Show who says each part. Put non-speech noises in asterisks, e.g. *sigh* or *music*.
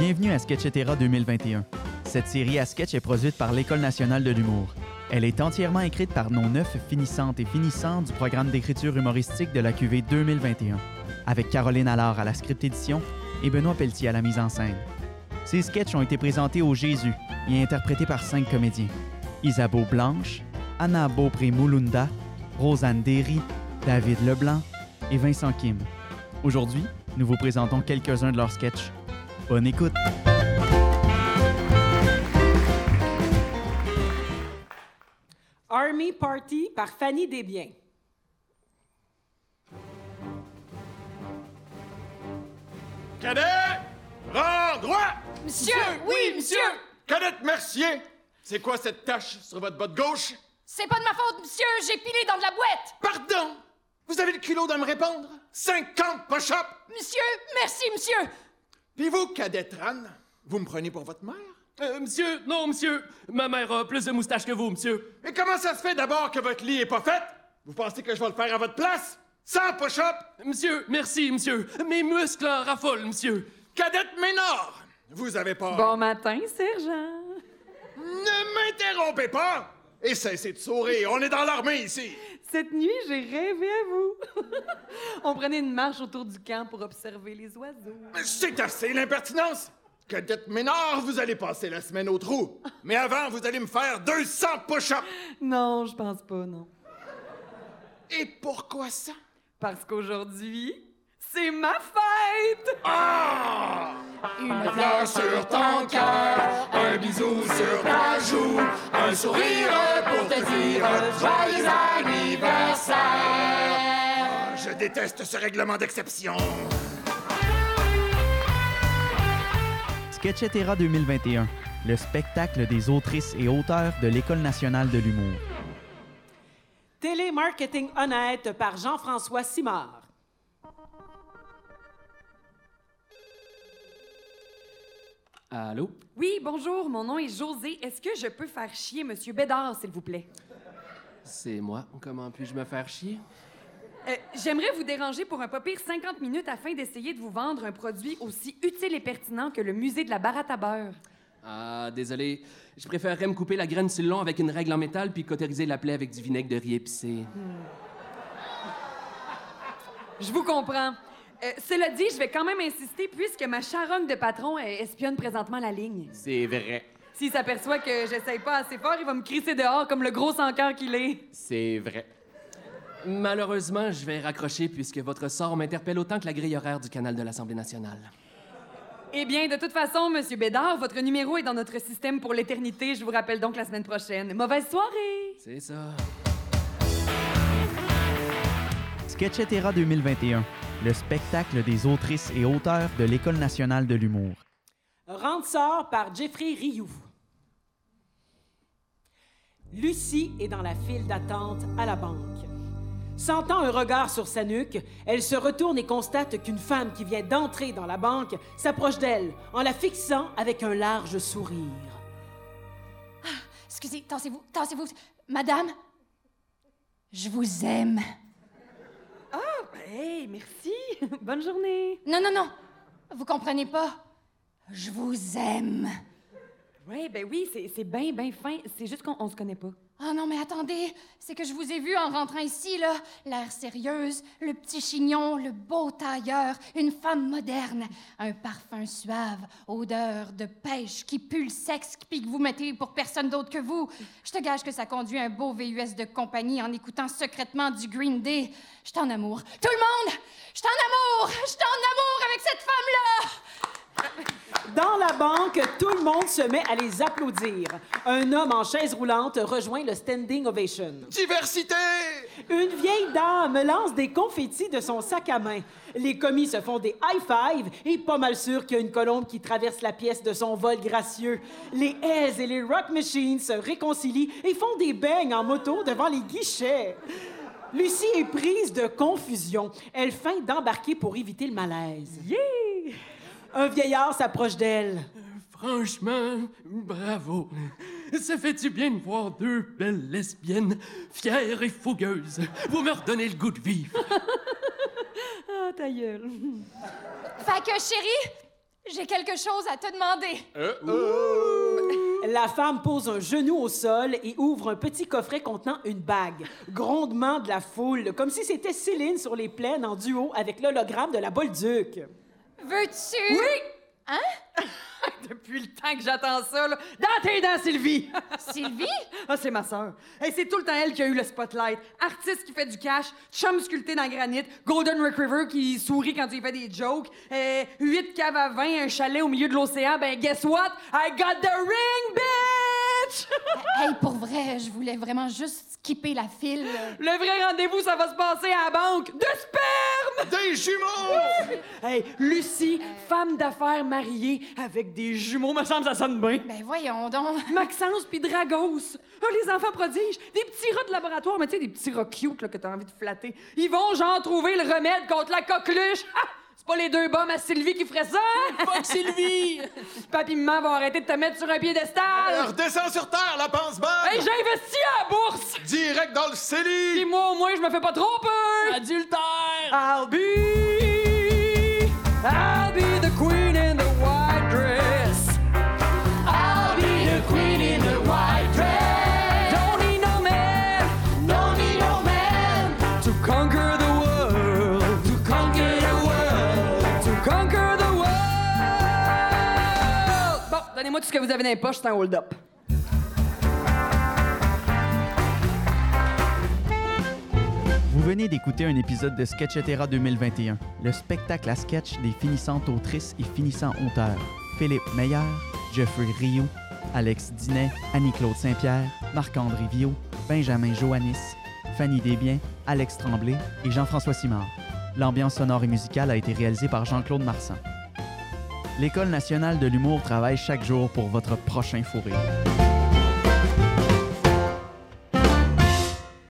Speaker 1: Bienvenue à Sketchetera 2021. Cette série à sketch est produite par l'École nationale de l'humour. Elle est entièrement écrite par nos neuf finissantes et finissants du programme d'écriture humoristique de la QV 2021, avec Caroline Allard à la script édition et Benoît Pelletier à la mise en scène. Ces sketchs ont été présentés au Jésus et interprétés par cinq comédiens. Isabeau Blanche, Anna Beaupré-Moulunda, Rosanne Derry, David Leblanc et Vincent Kim. Aujourd'hui, nous vous présentons quelques-uns de leurs sketchs. Bonne écoute!
Speaker 2: Army Party par Fanny Desbiens.
Speaker 3: Cadet, rends droit!
Speaker 4: Monsieur, oui, monsieur!
Speaker 3: Cadette Mercier, c'est quoi cette tache sur votre botte gauche?
Speaker 4: C'est pas de ma faute, monsieur, j'ai pilé dans de la boîte!
Speaker 3: Pardon! Vous avez le culot de me répondre? 50 push
Speaker 4: Monsieur, merci, monsieur!
Speaker 3: Puis vous, cadette Ran, vous me prenez pour votre mère?
Speaker 5: Euh, monsieur, non, monsieur. Ma mère a plus de moustache que vous, monsieur.
Speaker 3: Mais comment ça se fait d'abord que votre lit est pas fait? Vous pensez que je vais le faire à votre place? 100 push
Speaker 5: Monsieur, merci, monsieur. Mes muscles en raffolent, monsieur.
Speaker 3: Cadette Ménard, vous avez pas...
Speaker 6: Bon matin, sergent.
Speaker 3: Ne m'interrompez pas! Et cessez de sourire, on est dans l'armée ici!
Speaker 6: Cette nuit, j'ai rêvé à vous. *laughs* On prenait une marche autour du camp pour observer les oiseaux.
Speaker 3: Mais C'est assez l'impertinence! Cadette Ménard, vous allez passer la semaine au trou. Mais avant, vous allez me faire 200 push
Speaker 6: Non, je pense pas, non.
Speaker 3: Et pourquoi ça?
Speaker 6: Parce qu'aujourd'hui, c'est ma fête!
Speaker 3: Ah! Une fleur sur ton cœur, un bisou sur ta joue, un sourire pour te dire joyeux anniversaire. Ah, Je déteste ce règlement d'exception.
Speaker 1: Sketchetera 2021, le spectacle des autrices et auteurs de l'École nationale de l'humour.
Speaker 2: Télémarketing honnête par Jean-François Simard.
Speaker 5: Allô?
Speaker 6: Oui, bonjour, mon nom est José. Est-ce que je peux faire chier Monsieur Bédard, s'il vous plaît?
Speaker 5: C'est moi. Comment puis-je me faire chier?
Speaker 6: Euh, J'aimerais vous déranger pour un pas pire 50 minutes afin d'essayer de vous vendre un produit aussi utile et pertinent que le musée de la baratte à beurre.
Speaker 5: Ah, désolé. Je préférerais me couper la graine sur le long avec une règle en métal puis cauteriser la plaie avec du vinaigre de riz épicé.
Speaker 6: Je vous comprends. Euh, cela dit, je vais quand même insister puisque ma charogne de patron euh, espionne présentement la ligne.
Speaker 5: C'est vrai.
Speaker 6: S'il s'aperçoit que j'essaye pas assez fort, il va me crisser dehors comme le gros sans cœur qu'il est.
Speaker 5: C'est vrai. Malheureusement, je vais raccrocher puisque votre sort m'interpelle autant que la grille horaire du canal de l'Assemblée nationale.
Speaker 6: Eh bien, de toute façon, Monsieur Bédard, votre numéro est dans notre système pour l'éternité. Je vous rappelle donc la semaine prochaine. Mauvaise soirée!
Speaker 5: C'est ça.
Speaker 1: Sketchetera 2021, le spectacle des autrices et auteurs de l'École nationale de l'humour.
Speaker 2: Rente-sort par Jeffrey Rioux. Lucie est dans la file d'attente à la banque. Sentant un regard sur sa nuque, elle se retourne et constate qu'une femme qui vient d'entrer dans la banque s'approche d'elle en la fixant avec un large sourire.
Speaker 4: Excusez, tassez-vous, tassez-vous. Madame, je vous aime.
Speaker 6: Hey, merci! *laughs* Bonne journée!
Speaker 4: Non, non, non, vous comprenez pas. Je vous aime.
Speaker 6: Ouais, ben oui, c'est- c'est bien, bien fin. C'est juste qu'on on se connaît pas.
Speaker 4: Oh non, mais attendez, c'est que je vous ai vu en rentrant ici, là. L'air sérieuse, le petit chignon, le beau tailleur, une femme moderne, un parfum suave, odeur de pêche qui pue le sexe puis que vous mettez pour personne d'autre que vous. Je te gage que ça conduit un beau VUS de compagnie en écoutant secrètement du Green Day. Je t'en amour. Tout le monde! Je t'en amour! Je t'en amour avec cette femme-là!
Speaker 2: Dans la banque, tout le monde se met à les applaudir. Un homme en chaise roulante rejoint le standing ovation.
Speaker 3: Diversité!
Speaker 2: Une vieille dame lance des confettis de son sac à main. Les commis se font des high-fives et pas mal sûr qu'il y a une colombe qui traverse la pièce de son vol gracieux. Les Airs et les Rock Machines se réconcilient et font des beignes en moto devant les guichets. Lucie est prise de confusion. Elle feint d'embarquer pour éviter le malaise.
Speaker 6: Yeah!
Speaker 2: Un vieillard s'approche d'elle.
Speaker 5: Franchement, bravo. Ça fait du bien de voir deux belles lesbiennes, fières et fougueuses. Vous me redonnez le goût de vivre.
Speaker 6: Ah, ta gueule! *laughs*
Speaker 4: Fait que, chérie, J'ai quelque chose à te demander.
Speaker 3: Euh,
Speaker 2: La femme pose un genou au sol et ouvre un petit coffret contenant une bague. Grondement de la foule, comme si c'était Céline sur les plaines en duo avec l'hologramme de la Bolduc.
Speaker 4: Veux-tu?
Speaker 6: Depuis le temps que j'attends ça, là. Dans tes dents, Sylvie! *laughs*
Speaker 4: Sylvie?
Speaker 6: Ah, c'est ma sœur. Hey, c'est tout le temps elle qui a eu le spotlight. Artiste qui fait du cash, chum sculpté dans le granit, golden retriever qui sourit quand tu lui fais des jokes, euh, 8 caves à vin, un chalet au milieu de l'océan. Ben, guess what? I got the ring, bitch! *laughs*
Speaker 4: Hey, pour vrai, je voulais vraiment juste skipper la file.
Speaker 6: Le vrai rendez-vous, ça va se passer à la banque de sperme!
Speaker 3: Des jumeaux!
Speaker 6: Hey, Lucie, femme d'affaires mariée avec des jumeaux, me semble ça sonne bien.
Speaker 4: Ben voyons donc.
Speaker 6: Maxence puis Dragos. Ah, les enfants prodiges, des petits rats de laboratoire, mais tu sais, des petits rats cute là, que t'as envie de flatter. Ils vont genre trouver le remède contre la coqueluche. Ah! C'est pas les deux bombes à Sylvie qui feraient ça! Fuck *laughs* Sylvie! Papy maman vont arrêter de te mettre sur un piédestal!
Speaker 3: Redescends sur terre, la pense
Speaker 6: Hey,
Speaker 3: bonne!
Speaker 6: j'ai investi à la bourse!
Speaker 3: Direct dans le
Speaker 6: Et
Speaker 3: CELI!
Speaker 6: moi, au moins, je me fais pas trop peur! Adultère! I'll be... I'll be the queen in the white dress. I'll be the queen in the white dress. Don't need no man. Don't need no man. To conquer the world. To conquer the world. To conquer the world. Bon, donnez-moi tout ce que vous avez dans les poches, c'est un hold-up.
Speaker 1: Vous venez d'écouter un épisode de Sketchetera 2021, le spectacle à sketch des finissantes autrices et finissants auteurs. Philippe Meyer, Jeffrey Rio, Alex Dinet, Annie-Claude Saint-Pierre, Marc-André Viau, Benjamin Joannis, Fanny Desbiens, Alex Tremblay et Jean-François Simard. L'ambiance sonore et musicale a été réalisée par Jean-Claude Marsan. L'École nationale de l'humour travaille chaque jour pour votre prochain fourré.